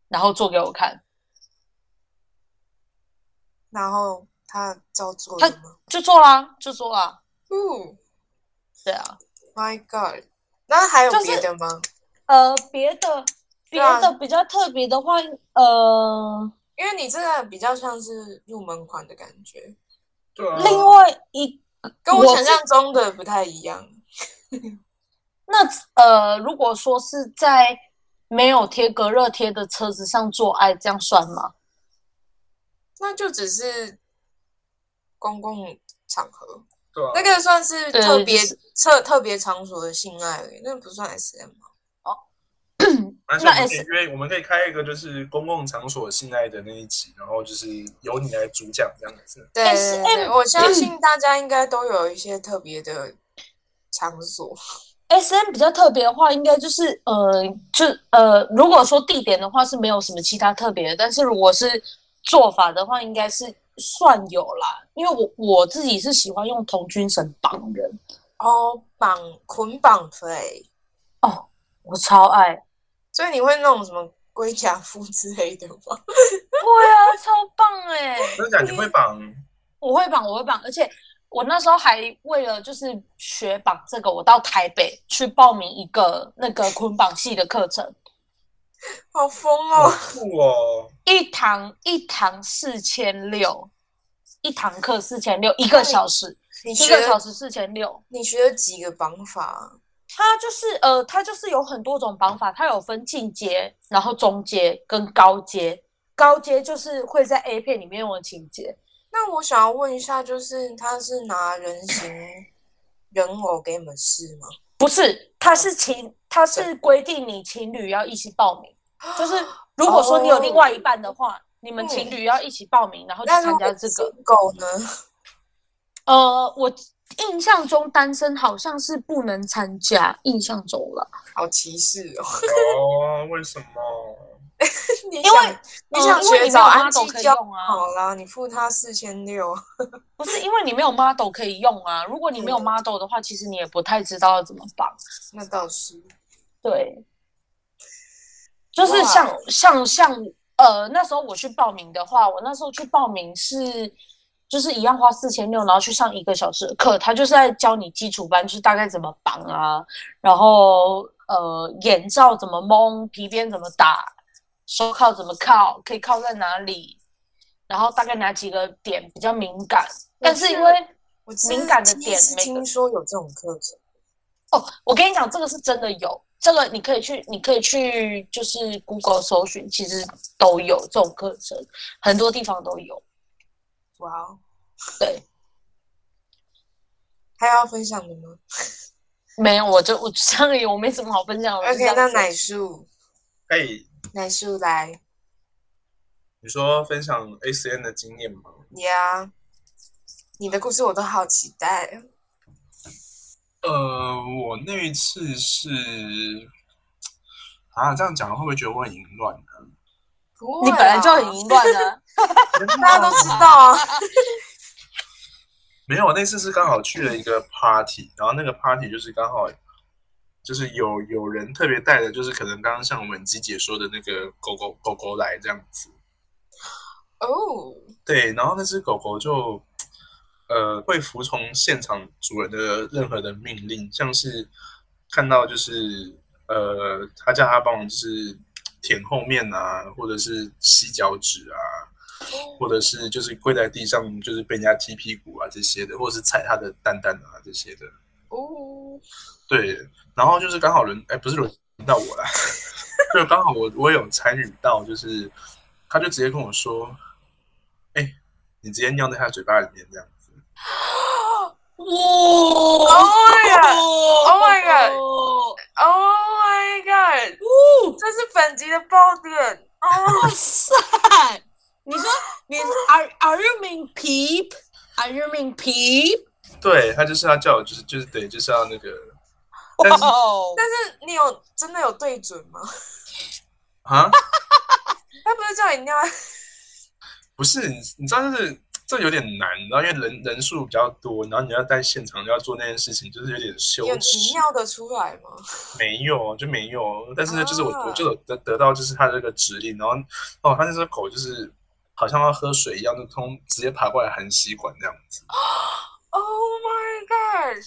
[SPEAKER 1] 然后做给我看。
[SPEAKER 3] 然后他照做
[SPEAKER 1] 他
[SPEAKER 3] 了吗？
[SPEAKER 1] 就做啦，就做啦，
[SPEAKER 3] 哦
[SPEAKER 1] 对啊。
[SPEAKER 3] ，My God，那还有
[SPEAKER 1] 就是
[SPEAKER 3] 别的吗？
[SPEAKER 1] 呃，别的别
[SPEAKER 3] 对啊
[SPEAKER 1] 的比较特别的话，呃，
[SPEAKER 3] 因为你这个比较像是入门款的感觉，
[SPEAKER 2] 对啊，
[SPEAKER 1] 另外一
[SPEAKER 3] 跟我
[SPEAKER 1] 我
[SPEAKER 3] 想象中的不太一样。
[SPEAKER 1] 那呃，如果说是在没有贴隔热贴的车子上做爱，这样算吗？
[SPEAKER 3] 那就只是公共场合，
[SPEAKER 2] 对啊，
[SPEAKER 3] 那个算是
[SPEAKER 1] 对
[SPEAKER 3] 特别
[SPEAKER 1] 就是
[SPEAKER 3] 特特别场所的性爱而已，那不算 S M。
[SPEAKER 2] 而且我
[SPEAKER 1] 那
[SPEAKER 2] 们可以
[SPEAKER 1] S-
[SPEAKER 2] 因为我们可以开一个就是公共场所性爱的那一集，然后就是由你来主讲这样子。
[SPEAKER 3] 对
[SPEAKER 1] SM
[SPEAKER 3] 对，对我
[SPEAKER 1] <clears throat>
[SPEAKER 3] 相信大家应该都有一些特别的场所。
[SPEAKER 1] S M 比较特别的话，应该就是呃，就呃，如果说地点的话是没有什么其他特别的，但是如果是做法的话，应该是算有啦，因为我我自己是喜欢用童军绳绑人，
[SPEAKER 3] 哦，绑捆绑费，
[SPEAKER 1] 我超爱。
[SPEAKER 3] 所以你会弄什么龟甲 <laughs> 夫之类的吗？
[SPEAKER 1] 对啊，超棒哎、
[SPEAKER 2] 真的假的？你会绑？
[SPEAKER 1] 嗯我会绑，我会绑，而且我那时候还为了就是学绑这个，我到台北去报名一个那个捆绑系的课程，
[SPEAKER 3] 好疯
[SPEAKER 2] 好
[SPEAKER 3] 哦！
[SPEAKER 2] 酷哦！
[SPEAKER 1] 一堂一堂四千六，一堂课四千六，一个小时，
[SPEAKER 3] 你
[SPEAKER 1] 一
[SPEAKER 3] 学
[SPEAKER 1] 个小时四千六。
[SPEAKER 3] 你学了几个绑法？啊
[SPEAKER 1] 它就是呃，它就是有很多种绑法，它有分进阶，然后中阶跟高阶。高阶就是会在 A 片里面用的情节，
[SPEAKER 3] 那我想要问一下，就是他是拿人
[SPEAKER 1] <laughs>
[SPEAKER 3] 形人偶给你们试吗？
[SPEAKER 1] 不是，它是情，它是规定你情侣要一起报名，
[SPEAKER 3] 啊
[SPEAKER 1] 就是如果说你
[SPEAKER 3] 哦
[SPEAKER 1] 有另外一半的话，你们情侣要一起报名，然后去
[SPEAKER 3] 嗯那如
[SPEAKER 1] 参
[SPEAKER 3] 果
[SPEAKER 1] 加这个。
[SPEAKER 3] 是狗呢？
[SPEAKER 1] 呃，我印象中单身好像是不能参加，印象中了，
[SPEAKER 3] 好歧视哦！
[SPEAKER 2] 哦，为什么？
[SPEAKER 3] 你
[SPEAKER 1] 因为
[SPEAKER 3] 想你想
[SPEAKER 1] 呃因为
[SPEAKER 3] 学
[SPEAKER 1] 你没
[SPEAKER 3] 找
[SPEAKER 1] 有
[SPEAKER 3] 安哦
[SPEAKER 1] model
[SPEAKER 3] 基
[SPEAKER 1] 可以
[SPEAKER 3] 教
[SPEAKER 1] 用啊，
[SPEAKER 3] 好啦，你付他四千六，
[SPEAKER 1] 不是因为你没有 model 可以用啊，如果你没有
[SPEAKER 3] 嗯
[SPEAKER 1] model 的话，其实你也不太知道要怎么绑。
[SPEAKER 3] 那倒是。
[SPEAKER 1] 对，就是
[SPEAKER 3] 哇
[SPEAKER 1] 像像像呃，那时候我去报名的话，我那时候去报名是就是一样花四千六，然后去上一个小时的课，他就是在教你基础班，就是大概怎么绑啊，然后呃眼罩怎么蒙，皮鞭怎么打，手铐怎么铐，可以铐在哪里，然后大概哪几个点比较敏感，但是因为。
[SPEAKER 3] 我只
[SPEAKER 1] 敏感的
[SPEAKER 3] 第一
[SPEAKER 1] 点
[SPEAKER 3] 次
[SPEAKER 1] 每个
[SPEAKER 3] 听说有这种课程，
[SPEAKER 1] 哦，我跟你讲，这个是真的有，这个你可以去，你可以去，就是 Google 搜寻，其实都有这种课程，很多地方都有。
[SPEAKER 3] 哇哦！
[SPEAKER 1] 对，
[SPEAKER 3] 还有要分享的吗
[SPEAKER 1] 没有，我就我这样而已，我没什么好哦分享的。我就这
[SPEAKER 3] ？OK，
[SPEAKER 1] 样
[SPEAKER 3] 那
[SPEAKER 1] 子
[SPEAKER 3] 奶树，
[SPEAKER 2] 哎，
[SPEAKER 3] 奶树来
[SPEAKER 2] 你说分享 S N 的经验吗？
[SPEAKER 3] 呀！啊你的故事我都好期待哦。
[SPEAKER 2] 呃，我那一次是啊，这样讲会不会觉得我很淫乱啊呢？ <laughs>
[SPEAKER 3] 不
[SPEAKER 1] <laughs> 你
[SPEAKER 3] 会
[SPEAKER 1] 本来就
[SPEAKER 3] 啦
[SPEAKER 1] 很淫乱 <laughs> 啊，
[SPEAKER 3] 大家都知道啊。
[SPEAKER 2] 没有，那次是刚好去了一个 party，然后那个 party 就是刚好就是有有人特别带的，就是可能刚刚像我们吉姐说的那个狗狗狗狗来这样子，
[SPEAKER 3] 哦，
[SPEAKER 2] 对，然后那只狗狗就呃会服从现场主人的任何的命令，像是看到就是呃他叫他帮忙就是舔后面啊，或者是洗脚趾啊，或者是就是跪在地上就是被人家踢屁股啊这些的，或者是踩他的蛋蛋啊这些的。
[SPEAKER 3] 哦，
[SPEAKER 2] 对，然后就是刚好轮，哎，不是轮到我啦， <laughs> 就刚好我我有参与到，就是他就直接跟我说，哎，你直接尿在他嘴巴里面这样子，
[SPEAKER 1] 哇哦
[SPEAKER 3] Oh my god!
[SPEAKER 1] god！
[SPEAKER 3] Oh my god！这是本集的爆点哦！
[SPEAKER 1] 哇塞！你说你 are are you mean peep? Are you mean peep?
[SPEAKER 2] 对他就是要叫我就是就是对就是要那个但是
[SPEAKER 1] 哇哦
[SPEAKER 3] 但是你有真的有对准吗？
[SPEAKER 2] 啊，
[SPEAKER 3] 他不是叫你尿？
[SPEAKER 2] 不是你你知道就是这有点难，然后因为人人数比较多，然后你要在现场要做那件事情，就是有点羞
[SPEAKER 3] 有你
[SPEAKER 2] 耻，
[SPEAKER 3] 尿得出来吗？
[SPEAKER 2] 没有就没有，但是呢，就是我
[SPEAKER 3] 啊
[SPEAKER 2] 我就有得得到就是他的这个指令，然后哦，他那只狗就是好像要喝水一样，就通直接爬过来含吸管这样子。
[SPEAKER 3] Oh my god！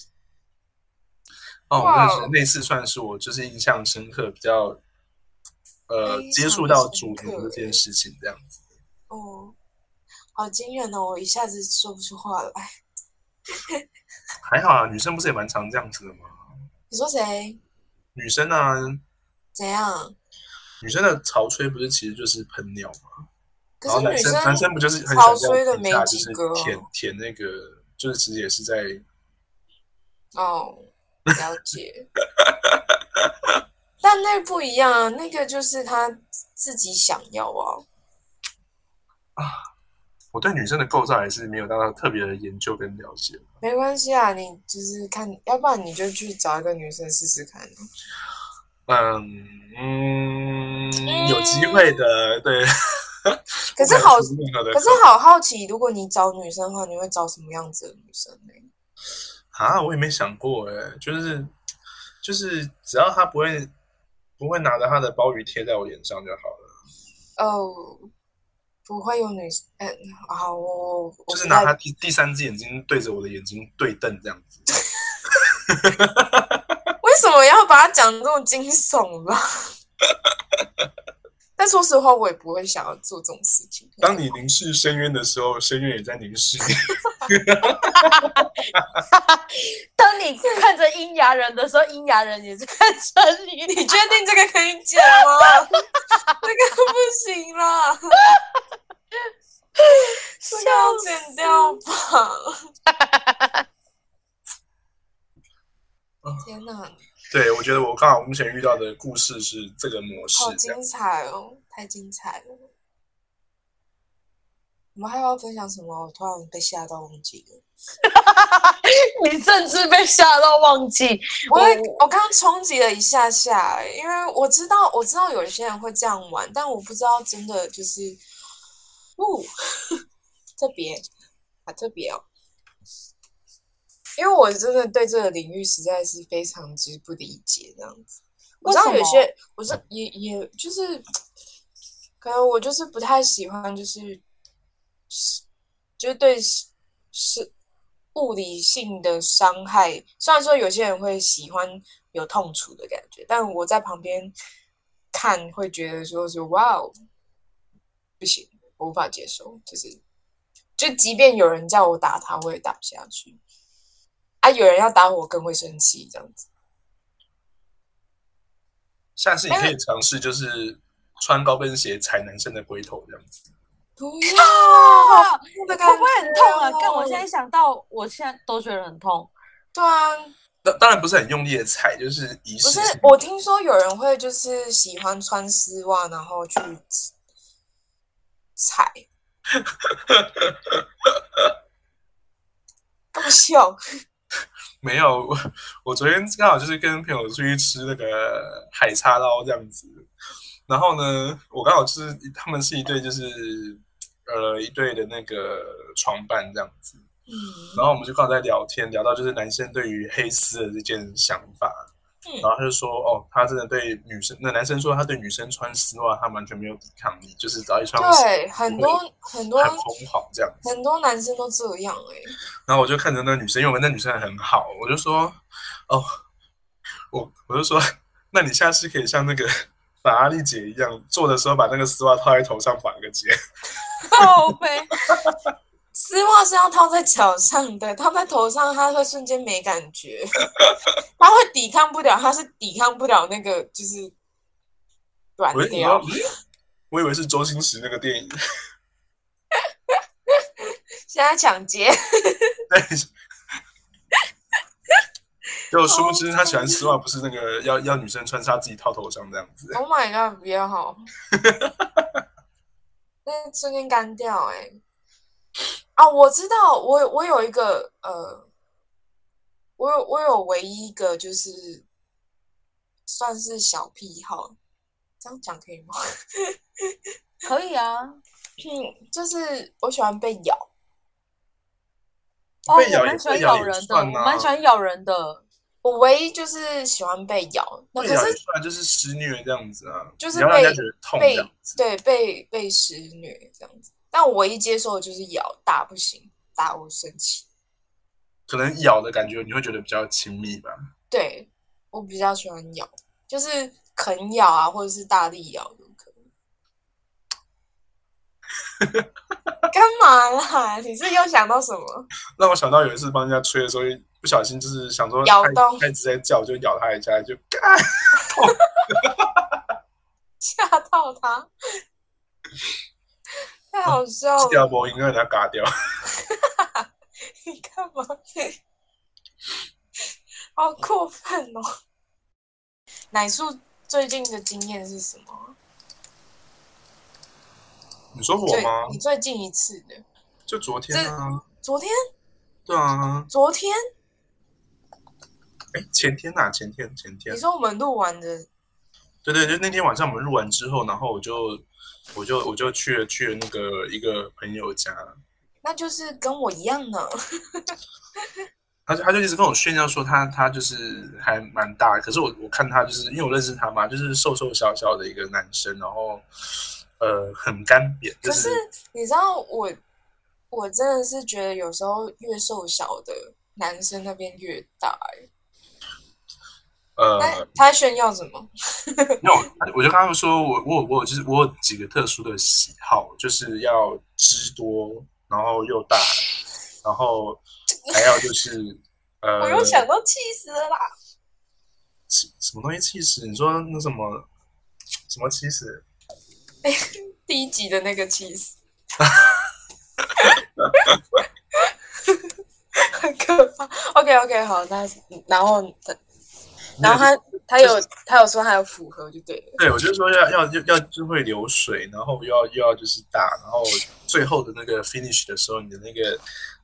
[SPEAKER 2] 哦，我
[SPEAKER 3] 哇
[SPEAKER 2] 真的觉得那次算是我就是印象深刻，比较呃
[SPEAKER 3] 非常
[SPEAKER 2] 接触到
[SPEAKER 3] 深
[SPEAKER 2] 主
[SPEAKER 3] 刻
[SPEAKER 2] 奴这
[SPEAKER 3] 欸
[SPEAKER 2] 件事情这样子。
[SPEAKER 3] 哦，好惊人哦！我一下子说不出话来。
[SPEAKER 2] 还好啊，女生不是也蛮常这样子的吗？
[SPEAKER 3] 你说谁？
[SPEAKER 2] 女生啊，
[SPEAKER 3] 怎样？
[SPEAKER 2] 女生的潮吹不是其实就是喷尿吗？
[SPEAKER 3] 可
[SPEAKER 2] 然后
[SPEAKER 3] 是
[SPEAKER 2] 男
[SPEAKER 3] 女
[SPEAKER 2] 生
[SPEAKER 3] 生
[SPEAKER 2] 男生不就是很
[SPEAKER 3] 潮
[SPEAKER 2] 想
[SPEAKER 3] 吹
[SPEAKER 2] 要
[SPEAKER 3] 的
[SPEAKER 2] 底
[SPEAKER 3] 没
[SPEAKER 2] 下就
[SPEAKER 3] 几
[SPEAKER 2] 是
[SPEAKER 3] 个啊
[SPEAKER 2] 舔舔那个，就是其实也是在
[SPEAKER 3] 哦，了解。 <laughs> 但那不一样啊，那个就是他自己想要啊。
[SPEAKER 2] 我对女生的构造还是没有到特别的研究跟了解。
[SPEAKER 3] 没关系啊，你就是看，要不然你就去找一个女生试试看啊。
[SPEAKER 2] 嗯嗯，有机会的，对。<laughs>
[SPEAKER 3] 可是好，
[SPEAKER 2] 任何的
[SPEAKER 3] 可是好好奇，如果你找女生的话，你会找什么样子的女生呢？
[SPEAKER 2] 啊，我也没想过哎，就是就是只要他不会不会拿着他的鲍鱼贴在我脸上就好了，
[SPEAKER 3] 哦，不会有女生，嗯，好，我我我
[SPEAKER 2] 就是
[SPEAKER 3] 不
[SPEAKER 2] 拿
[SPEAKER 3] 太
[SPEAKER 2] 他第第三只眼睛对着我的眼睛对瞪这样子。
[SPEAKER 3] 为什么要把它讲这么惊悚啦？ <laughs> 但说实话，我也不会想要做这种事情。 <laughs>
[SPEAKER 2] 当你凝视深渊的时候，深渊也在凝视你。 <laughs>
[SPEAKER 1] 当你看着阴阳人的时候，阴阳人也是看着
[SPEAKER 3] 你
[SPEAKER 1] 你。
[SPEAKER 3] 确定这个可以讲吗？ <laughs> 这个不行啦，这个要剪掉吧。
[SPEAKER 2] <laughs>
[SPEAKER 3] 天哪，
[SPEAKER 2] 对，我觉得我刚好目前遇到的故事是这个模式
[SPEAKER 3] 好
[SPEAKER 2] 这样。
[SPEAKER 3] 精彩哦，太精彩了！我们还要分享什么？我突然被吓到忘记了。
[SPEAKER 1] 你甚至被吓到忘记。
[SPEAKER 3] 我
[SPEAKER 1] 我
[SPEAKER 3] 我刚刚冲击了一下下、欸因为我知道我知道有些人会这样玩，但我不知道真的就是，哦， <laughs> 特别，好特别哦。因为我真的对这个领域实在是非常之不理解，这样子。我知道
[SPEAKER 1] 为什
[SPEAKER 3] 有
[SPEAKER 1] 么
[SPEAKER 3] 些，我是也也就是，可能我就是不太喜欢，就是就是对是是物理性的伤害。虽然说有些人会喜欢有痛楚的感觉，但我在旁边看会觉得说是哇哦，不行，我无法接受。就是就即便有人叫我打他，我也打不下去。啊，有人要打我，更会生气这样子。
[SPEAKER 2] 下次你
[SPEAKER 3] 哎
[SPEAKER 2] 可以尝试就是穿高跟鞋踩男生的龟头这样子。
[SPEAKER 3] 不 <laughs> 要，
[SPEAKER 1] 啊，
[SPEAKER 3] 的感
[SPEAKER 1] 会不会很痛啊？
[SPEAKER 3] 觉哦
[SPEAKER 1] 但我现在想到，我现在都觉得很痛。
[SPEAKER 3] 对啊，
[SPEAKER 2] 那当然不是很用力的踩，就是仪
[SPEAKER 3] 不
[SPEAKER 2] 式
[SPEAKER 3] 是
[SPEAKER 2] 性。
[SPEAKER 3] 我听说有人会就是喜欢穿丝袜，然后去踩，搞笑。
[SPEAKER 2] 没有， <laughs> 我我昨天刚好就是跟朋友出去吃那个海叉捞这样子，然后呢，我刚好就是他们是一对就是呃一对的那个床伴这样子，
[SPEAKER 3] 嗯，
[SPEAKER 2] 然后我们就刚好在聊天，聊到就是男生对于黑丝的这件想法，
[SPEAKER 1] 嗯
[SPEAKER 2] 然后他就说，哦，他真的对女生，那男生说他对女生穿丝袜，他完全没有抵抗力，就是只要一穿丝袜
[SPEAKER 3] 对，很多很多
[SPEAKER 2] 很疯狂这样子。
[SPEAKER 3] 很多男生都这样哎、
[SPEAKER 2] 然后我就看着那女生，因为我跟那女生很好，我就说，哦，我我就说，那你下次可以像那个法拉利姐一样，做的时候把那个丝袜套在头上绑个结。
[SPEAKER 1] 靠背，
[SPEAKER 3] 丝袜是要套在脚上的，套在头上，它会瞬间没感觉，它会抵抗不了，它是抵抗不了那个就是软
[SPEAKER 2] 我就想
[SPEAKER 3] 掉
[SPEAKER 2] 说。嗯我以为是周星驰那个电影，
[SPEAKER 3] 现在抢劫，
[SPEAKER 2] 对。
[SPEAKER 1] <laughs>
[SPEAKER 2] 结果
[SPEAKER 1] 哦
[SPEAKER 2] 殊不知他喜欢丝袜，不是那个要要女生穿，是他自己套头上这样子。
[SPEAKER 3] Oh my god！不要好，那瞬间干掉哎、啊，我知道，我我有一个呃，我有我有唯一一个就是算是小癖好，这样讲可以吗？
[SPEAKER 1] 可以啊。
[SPEAKER 3] 嗯就是我喜欢被咬，
[SPEAKER 1] 哦，
[SPEAKER 2] 被咬
[SPEAKER 1] 我
[SPEAKER 2] 也
[SPEAKER 1] 蛮喜欢
[SPEAKER 2] 被
[SPEAKER 1] 咬
[SPEAKER 2] 咬也
[SPEAKER 1] 人的，
[SPEAKER 2] 算
[SPEAKER 1] 我
[SPEAKER 2] 啊
[SPEAKER 1] 蛮喜欢咬人的。
[SPEAKER 3] 我唯一就是喜欢被咬，那
[SPEAKER 2] 对
[SPEAKER 3] 可
[SPEAKER 2] 呀，
[SPEAKER 3] 是
[SPEAKER 2] 出来啊就是施虐这样子啊，
[SPEAKER 3] 就是
[SPEAKER 2] 你要让人
[SPEAKER 3] 被
[SPEAKER 2] 家觉得痛这
[SPEAKER 3] 被
[SPEAKER 2] 样子。
[SPEAKER 3] 对被被施虐这样子，但我唯一接受的就是咬，打不行，打我生气。
[SPEAKER 2] 可能咬的感觉你会觉得比较亲密吧。
[SPEAKER 3] 对，我比较喜欢咬，就是啃咬啊，或者是大力咬都可以。 <laughs> 干嘛啦？你是又想到什么？ <laughs>
[SPEAKER 2] 让我想到有一次帮人家吹的时候，不小心就是想说
[SPEAKER 3] 咬哦
[SPEAKER 2] 它
[SPEAKER 3] 到
[SPEAKER 2] 它一直在叫，我就咬它一下，就嘎。
[SPEAKER 3] 吓到他， <laughs> 太好笑
[SPEAKER 2] 第二
[SPEAKER 3] 了！
[SPEAKER 2] 波应该给它嘎掉。 <laughs>
[SPEAKER 3] 你干嘛？好过分哦！奶树最近的经验是什么？
[SPEAKER 2] 你说我
[SPEAKER 3] 最
[SPEAKER 2] 吗？
[SPEAKER 3] 你最近一次的，
[SPEAKER 2] 就昨天啊，
[SPEAKER 3] 昨天？
[SPEAKER 2] 对啊，
[SPEAKER 3] 昨天？
[SPEAKER 2] 哎，前天呐、啊，前天前天
[SPEAKER 3] 你，说我们录完的
[SPEAKER 2] 对对，就那天晚上我们录完之后，然后我就我就我就去了去了那个一个朋友家，
[SPEAKER 3] 那就是跟我一样呢。 <laughs>
[SPEAKER 2] 他就他就一直跟我炫耀说他他就是还蛮大，可是我我看他就是因为我认识他嘛，就是瘦瘦小小的一个男生，然后呃很干瘪，就
[SPEAKER 3] 可
[SPEAKER 2] 是
[SPEAKER 3] 是你知道我，我真的是觉得有时候越瘦小的男生那边越大、欸。
[SPEAKER 2] 呃
[SPEAKER 3] 他他在炫耀什么？
[SPEAKER 2] 那我我就跟他们说，我我我有就是我有几个特殊的喜好，就是要汁多，然后又大，然后还要就是呃，
[SPEAKER 3] <laughs> 我又想到气死了啦！
[SPEAKER 2] 什什么东西气死？你说那什么什么气死？
[SPEAKER 3] 第一集的那个气死， <laughs> 很可怕。OK OK，好，那然后然后他他有他有说他有符合就对了。
[SPEAKER 2] 对我就是说要要要要就会流水，然后又要又要就是大，然后最后的那个 finish 的时候，你的那个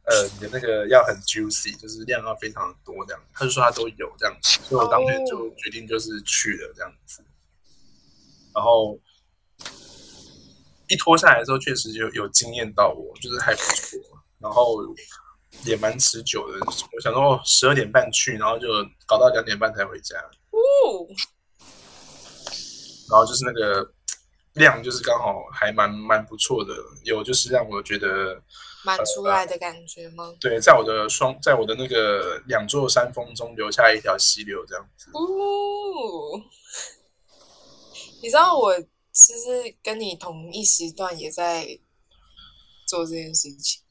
[SPEAKER 2] 呃你的那个要很 juicy，就是量要非常的多这样。他就说他都有这样子，所以我当天就
[SPEAKER 3] 哦
[SPEAKER 2] 决定就是去了这样子，然后。一脱下来之后，确实有有惊艳到我，就是还不错，然后也蛮持久的。我想说，十二点半去，然后就搞到两点半才回家。
[SPEAKER 3] 哦，
[SPEAKER 2] 然后就是那个量，就是刚好还蛮蛮不错的，有就是让我觉得，
[SPEAKER 3] 满出来的感觉吗？
[SPEAKER 2] 对，在我的双，在我的那个两座山峰中留下一条溪流这样子。
[SPEAKER 3] 哦，你知道我其实跟你同一时段也在做这件事情，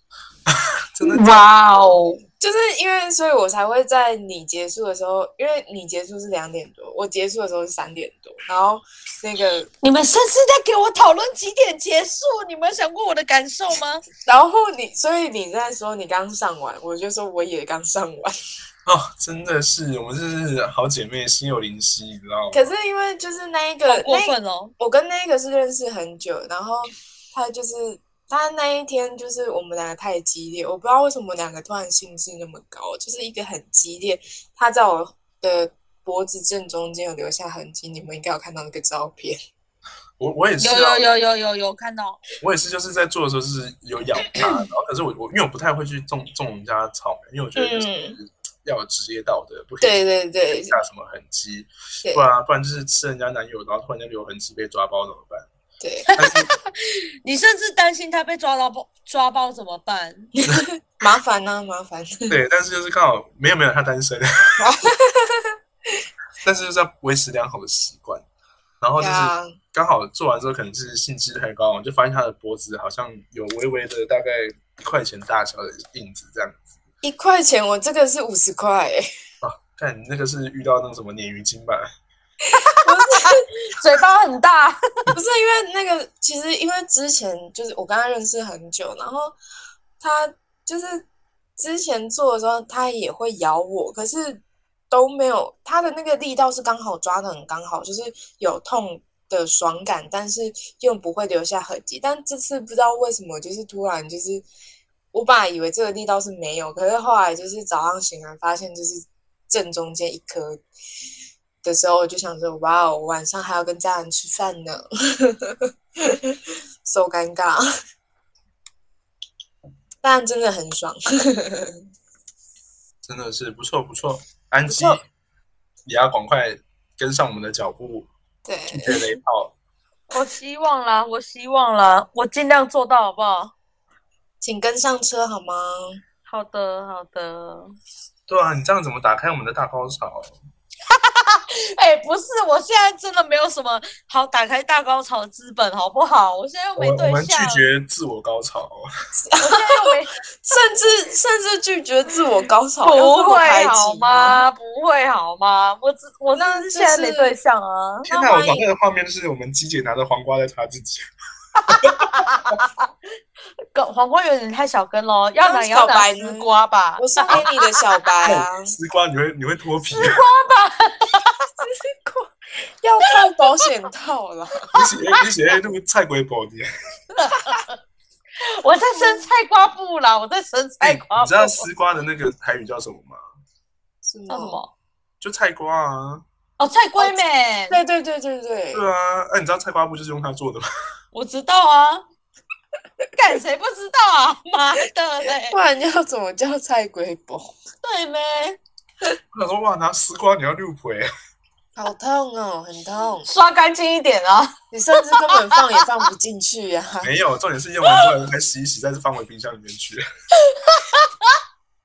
[SPEAKER 2] 真的
[SPEAKER 3] 嗯
[SPEAKER 1] 哇哦，
[SPEAKER 3] 就是因为所以我才会在你结束的时候，因为你结束是两点多，我结束的时候是三点多，然后那个，
[SPEAKER 1] 你们甚至在给我讨论几点结束？你们有想过我的感受吗？
[SPEAKER 3] 然后你，所以你在说你刚上完，我就说我也刚上完， <laughs>
[SPEAKER 2] 哦，真的是，我们是好姐妹，心有灵犀，你知道吗？
[SPEAKER 3] 可是因为就是那一个
[SPEAKER 1] 好过
[SPEAKER 3] 那一
[SPEAKER 1] 分哦！
[SPEAKER 3] 我跟那个是认识很久，然后他就是他那一天就是我们两个太激烈，我不知道为什么我们两个突然兴致那么高，就是一个很激烈，他在我的脖子正中间有留下痕迹，你们应该有看到那个照片。
[SPEAKER 2] 我我也是、
[SPEAKER 1] 有
[SPEAKER 2] 啊，
[SPEAKER 1] 有有有有有看到，
[SPEAKER 2] 我也是，就是在做的时候
[SPEAKER 3] <clears throat>
[SPEAKER 2] 就是有咬它，然后可是我我因为我不太会去种种人家草莓，因为我觉得就是、要有职业道德，不可以
[SPEAKER 3] 嗯对对对
[SPEAKER 2] 留下什么痕迹，
[SPEAKER 3] 对
[SPEAKER 2] 不然不然就是吃人家男友，然后突然间留痕迹被抓包怎么
[SPEAKER 3] <laughs>
[SPEAKER 2] 办？
[SPEAKER 3] 对，
[SPEAKER 2] 但是
[SPEAKER 1] 你甚至担心他被抓到包抓包怎么办？
[SPEAKER 3] 麻烦呢、麻烦。
[SPEAKER 1] <laughs>
[SPEAKER 2] 对，但是就是刚好没有没有他单身，但是就是要维持良好的习惯，然后
[SPEAKER 3] 对
[SPEAKER 2] 就是
[SPEAKER 3] 啊，
[SPEAKER 2] 刚好做完之后可能是兴致太高，我就发现他的脖子好像有微微的大概一块钱大小的印子这样子
[SPEAKER 3] 一块钱，我这个是五十块、 <laughs> 欸，
[SPEAKER 2] 啊，看你那个是遇到那个什么鲶鱼精吧？
[SPEAKER 1] 嘴巴很大，
[SPEAKER 3] 不是因为那个，其实因为之前就是我跟他认识很久，然后他就是之前做的时候，他也会咬我，可是都没有他的那个力道是刚好抓的很刚好，就是有痛的爽感，但是又不会留下痕迹。但这次不知道为什么，就是突然就是我本来以为这个力道是没有，可是后来就是早上醒来发现就是正中间一颗。的时候，我就想着，哇哦，我晚上还要跟家人吃饭呢。so 尴尬，但真的很爽。
[SPEAKER 2] 真的是不错不错，安吉
[SPEAKER 3] 不错
[SPEAKER 2] 也要赶快跟上我们的脚步，
[SPEAKER 3] 对，
[SPEAKER 2] 学雷炮。
[SPEAKER 1] 我希望啦，我希望啦，我尽量做到，好不好？
[SPEAKER 3] 请跟上车好吗？
[SPEAKER 1] 好的，好的。
[SPEAKER 2] 对啊，你这样怎么打开我们的大高潮？
[SPEAKER 1] <laughs> 哎、不是，我现在真的没有什么好打开大高潮的资本，好不好？我现在又 <laughs>
[SPEAKER 2] 我
[SPEAKER 1] 没对
[SPEAKER 2] 我们拒
[SPEAKER 1] 象，
[SPEAKER 2] 绝自我高潮，
[SPEAKER 1] 我现在又没
[SPEAKER 3] 甚至甚至拒绝自我高
[SPEAKER 1] <laughs>
[SPEAKER 3] 潮，要这
[SPEAKER 1] 不
[SPEAKER 3] 么排
[SPEAKER 1] 会
[SPEAKER 3] 挤
[SPEAKER 1] 好？吗？不会好吗？我只我
[SPEAKER 3] 那
[SPEAKER 1] 只是
[SPEAKER 3] 就
[SPEAKER 1] 现在
[SPEAKER 3] 是
[SPEAKER 1] 没对象啊。
[SPEAKER 2] 天
[SPEAKER 3] 那
[SPEAKER 2] 哪！我
[SPEAKER 3] 万一
[SPEAKER 2] 脑袋的画面就是我们鸡姐拿着黄瓜在擦自己， <laughs>
[SPEAKER 1] 跟黄瓜有点太小根喽，要拿也要
[SPEAKER 3] 小
[SPEAKER 1] 拿
[SPEAKER 3] 白
[SPEAKER 1] 丝
[SPEAKER 3] 呢
[SPEAKER 1] 瓜吧。
[SPEAKER 3] 我送给你的小白啊，
[SPEAKER 1] <laughs>
[SPEAKER 2] 丝瓜你会你会脱皮，啊
[SPEAKER 3] 要套保险套啦。
[SPEAKER 2] 你写你写录菜龟宝你。
[SPEAKER 1] 我在生菜瓜布啦，我在生
[SPEAKER 2] 哎，
[SPEAKER 1] 菜瓜布。
[SPEAKER 2] 你
[SPEAKER 1] 啊
[SPEAKER 2] 知道丝瓜的那个台语叫什么吗？
[SPEAKER 3] 是
[SPEAKER 1] 叫什？么？
[SPEAKER 2] 就菜瓜啊，
[SPEAKER 1] 哦，菜龟妹，
[SPEAKER 3] 对对对对对
[SPEAKER 2] 对，啊，哎、你知道菜瓜布就是用它做的吗？ <laughs>
[SPEAKER 1] 我知道啊。干谁不知道啊？ <laughs> 妈的嘞
[SPEAKER 3] 不！然要怎么叫菜龟波？
[SPEAKER 1] 对没？
[SPEAKER 2] 我想说，哇，拿丝瓜你要六回，
[SPEAKER 3] 好痛哦，很痛，
[SPEAKER 1] 刷干净一点啊！
[SPEAKER 3] 你甚至根本放也放不进去呀、
[SPEAKER 2] <laughs>
[SPEAKER 3] 啊。<laughs>
[SPEAKER 2] 没有，重点是用完之后还洗一洗，再是放回冰箱里面去。 <laughs>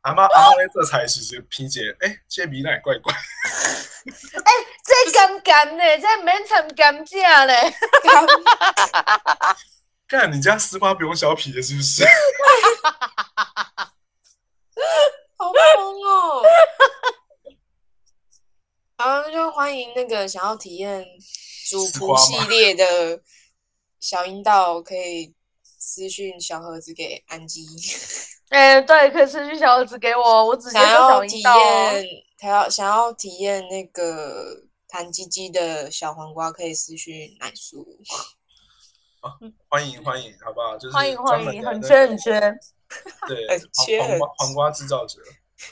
[SPEAKER 2] 阿妈阿妈在这才其实皮姐，哎、这米奶怪怪，
[SPEAKER 1] 这干干嘞，这免参干净嘞。
[SPEAKER 2] 干你家丝瓜不用削皮的是不是？ <laughs>
[SPEAKER 3] 好疯哦！好，就欢迎那个想要体验主仆系列的小阴道，可以私讯小盒子给安吉。
[SPEAKER 1] <laughs> 哎、对，可以私信小儿子给我，我只接
[SPEAKER 3] 想
[SPEAKER 1] 受
[SPEAKER 3] 要
[SPEAKER 1] 小
[SPEAKER 3] 体
[SPEAKER 1] 阴道哦。
[SPEAKER 3] 验，他要想要体验那个弹鸡鸡的小黄瓜，可以私讯奶叔。
[SPEAKER 2] 欢迎欢迎，好不好？就是
[SPEAKER 1] 欢迎欢
[SPEAKER 2] 专门
[SPEAKER 1] 迎，
[SPEAKER 2] 的
[SPEAKER 1] 很
[SPEAKER 2] 那
[SPEAKER 1] 缺
[SPEAKER 2] 个
[SPEAKER 1] 很缺。
[SPEAKER 2] 对
[SPEAKER 3] <laughs> 很缺
[SPEAKER 2] 黄黄瓜
[SPEAKER 3] 很
[SPEAKER 2] 黄瓜制造者，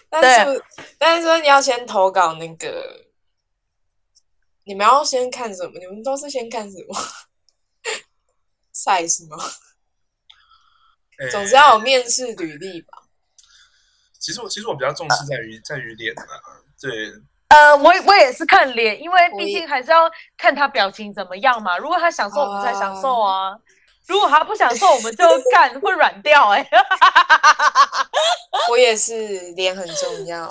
[SPEAKER 3] 但是但是说你要先投稿那个，你们要先看什么？你们都是先看什么 <laughs> ？size 吗？
[SPEAKER 2] 哎
[SPEAKER 3] 总之要有面试履历吧。
[SPEAKER 2] 其实我其实我比较重视在于在于脸啊，对，
[SPEAKER 1] 呃，我我也是看脸，因为
[SPEAKER 3] 我
[SPEAKER 1] 毕
[SPEAKER 3] 也
[SPEAKER 1] 竟还是要看他表情怎么样嘛。如果他享受，我们才享受啊；如果他不享受，我们就干会软掉、欸。哎，
[SPEAKER 3] 我也是，脸很重要。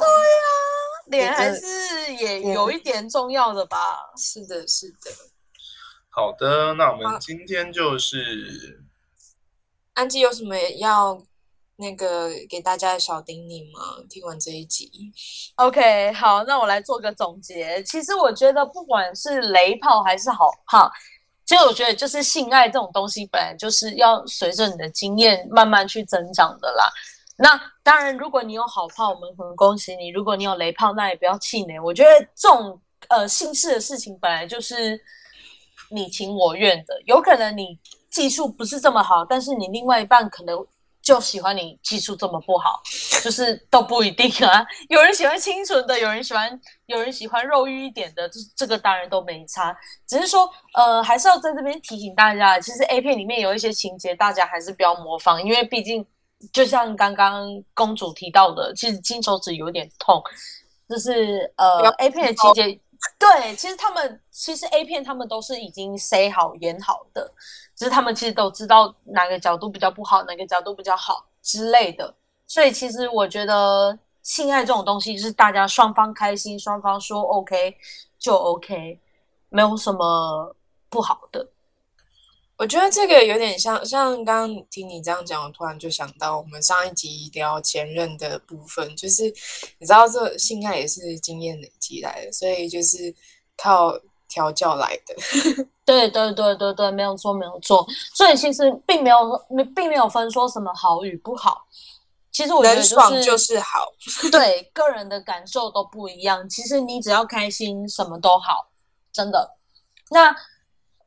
[SPEAKER 1] 脸还是也
[SPEAKER 3] 对
[SPEAKER 1] 有一点重要的吧。
[SPEAKER 3] 是的，是的。
[SPEAKER 2] 好的，那我
[SPEAKER 3] 好
[SPEAKER 2] 们今天就是
[SPEAKER 3] 安吉有什么要那个给大家的小叮咛吗？听完这一集，
[SPEAKER 1] OK，好，那我来做个总结。其实我觉得，不管是雷炮还是好炮，其实我觉得就是性爱这种东西，本来就是要随着你的经验慢慢去增长的啦。那当然，如果你有好炮，我们很恭喜你；如果你有雷炮，那也不要气馁。我觉得这种呃性事的事情，本来就是你情我愿的。有可能你技术不是这么好，但是你另外一半可能就喜欢你技术这么不好，就是都不一定啊。有人喜欢清纯的，有人喜欢有人喜欢肉欲一点的，这这个当然都没差。只是说，呃，还是要在这边提醒大家，其实 A 片里面有一些情节，大家还是不要模仿，因为毕竟就像刚刚公主提到的，其实金手指有点痛，就是呃
[SPEAKER 3] 不要
[SPEAKER 1] A 片的情节，对，其实他们其实 A 片他们都是已经 say 好演好的，只是他们其实都知道哪个角度比较不好，哪个角度比较好之类的，所以其实我觉得性爱这种东西是大家双方开心，双方说 OK 就 OK，没有什么不好的。
[SPEAKER 3] 我觉得这个有点像，像刚刚听你这样讲，我突然就想到我们上一集聊前任的部分，就是你知道这性爱也是经验累积来的，所以就是靠调教来的。
[SPEAKER 1] 对对对对对，没有错没有错，所以其实并没有没并没有分说什么好与不好，其实我觉得
[SPEAKER 3] 能爽
[SPEAKER 1] 就
[SPEAKER 3] 就是是好， <laughs>
[SPEAKER 1] 对个人的感受都不一样。其实你只要开心，什么都好，真的。那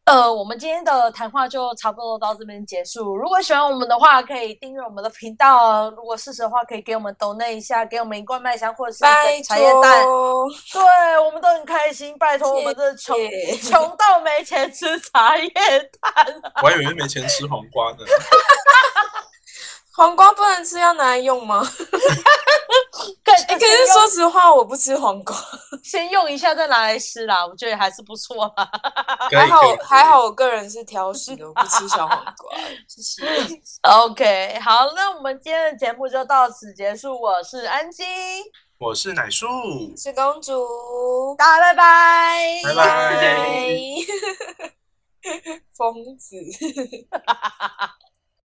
[SPEAKER 1] 呃，我们今天的谈话就差不多到这边结束。如果喜欢我们的话，可以订阅我们的频道哦。如果是时候的话，可以给我们抖内一下，给我们一罐麦香或者是一
[SPEAKER 3] 拜
[SPEAKER 1] 个茶叶蛋。
[SPEAKER 3] 托，
[SPEAKER 1] 对我们都很开心，拜托我们这穷
[SPEAKER 3] 谢哎谢
[SPEAKER 1] 穷到没钱吃茶叶蛋。
[SPEAKER 2] 我还以为没钱吃黄瓜
[SPEAKER 3] <laughs>
[SPEAKER 2] 呢。
[SPEAKER 3] 黄瓜不能吃，要拿来用吗？
[SPEAKER 1] 可
[SPEAKER 3] 哎、
[SPEAKER 1] 可
[SPEAKER 3] 可是说实话，我不吃黄瓜，
[SPEAKER 1] 先用一下再拿来吃啦，我觉得还是不错啦。
[SPEAKER 2] 可以
[SPEAKER 3] 还好
[SPEAKER 2] 可以可以
[SPEAKER 3] 还好，我个人是挑食的，我不吃小黄
[SPEAKER 2] <laughs>
[SPEAKER 3] 瓜。谢谢，
[SPEAKER 1] <laughs> OK，好，那我们今天的节目就到此结束。我是安吉，
[SPEAKER 2] 我是奶树，
[SPEAKER 3] 是公主，
[SPEAKER 1] 大家拜拜，
[SPEAKER 2] 拜拜
[SPEAKER 3] <laughs> 拜，疯子。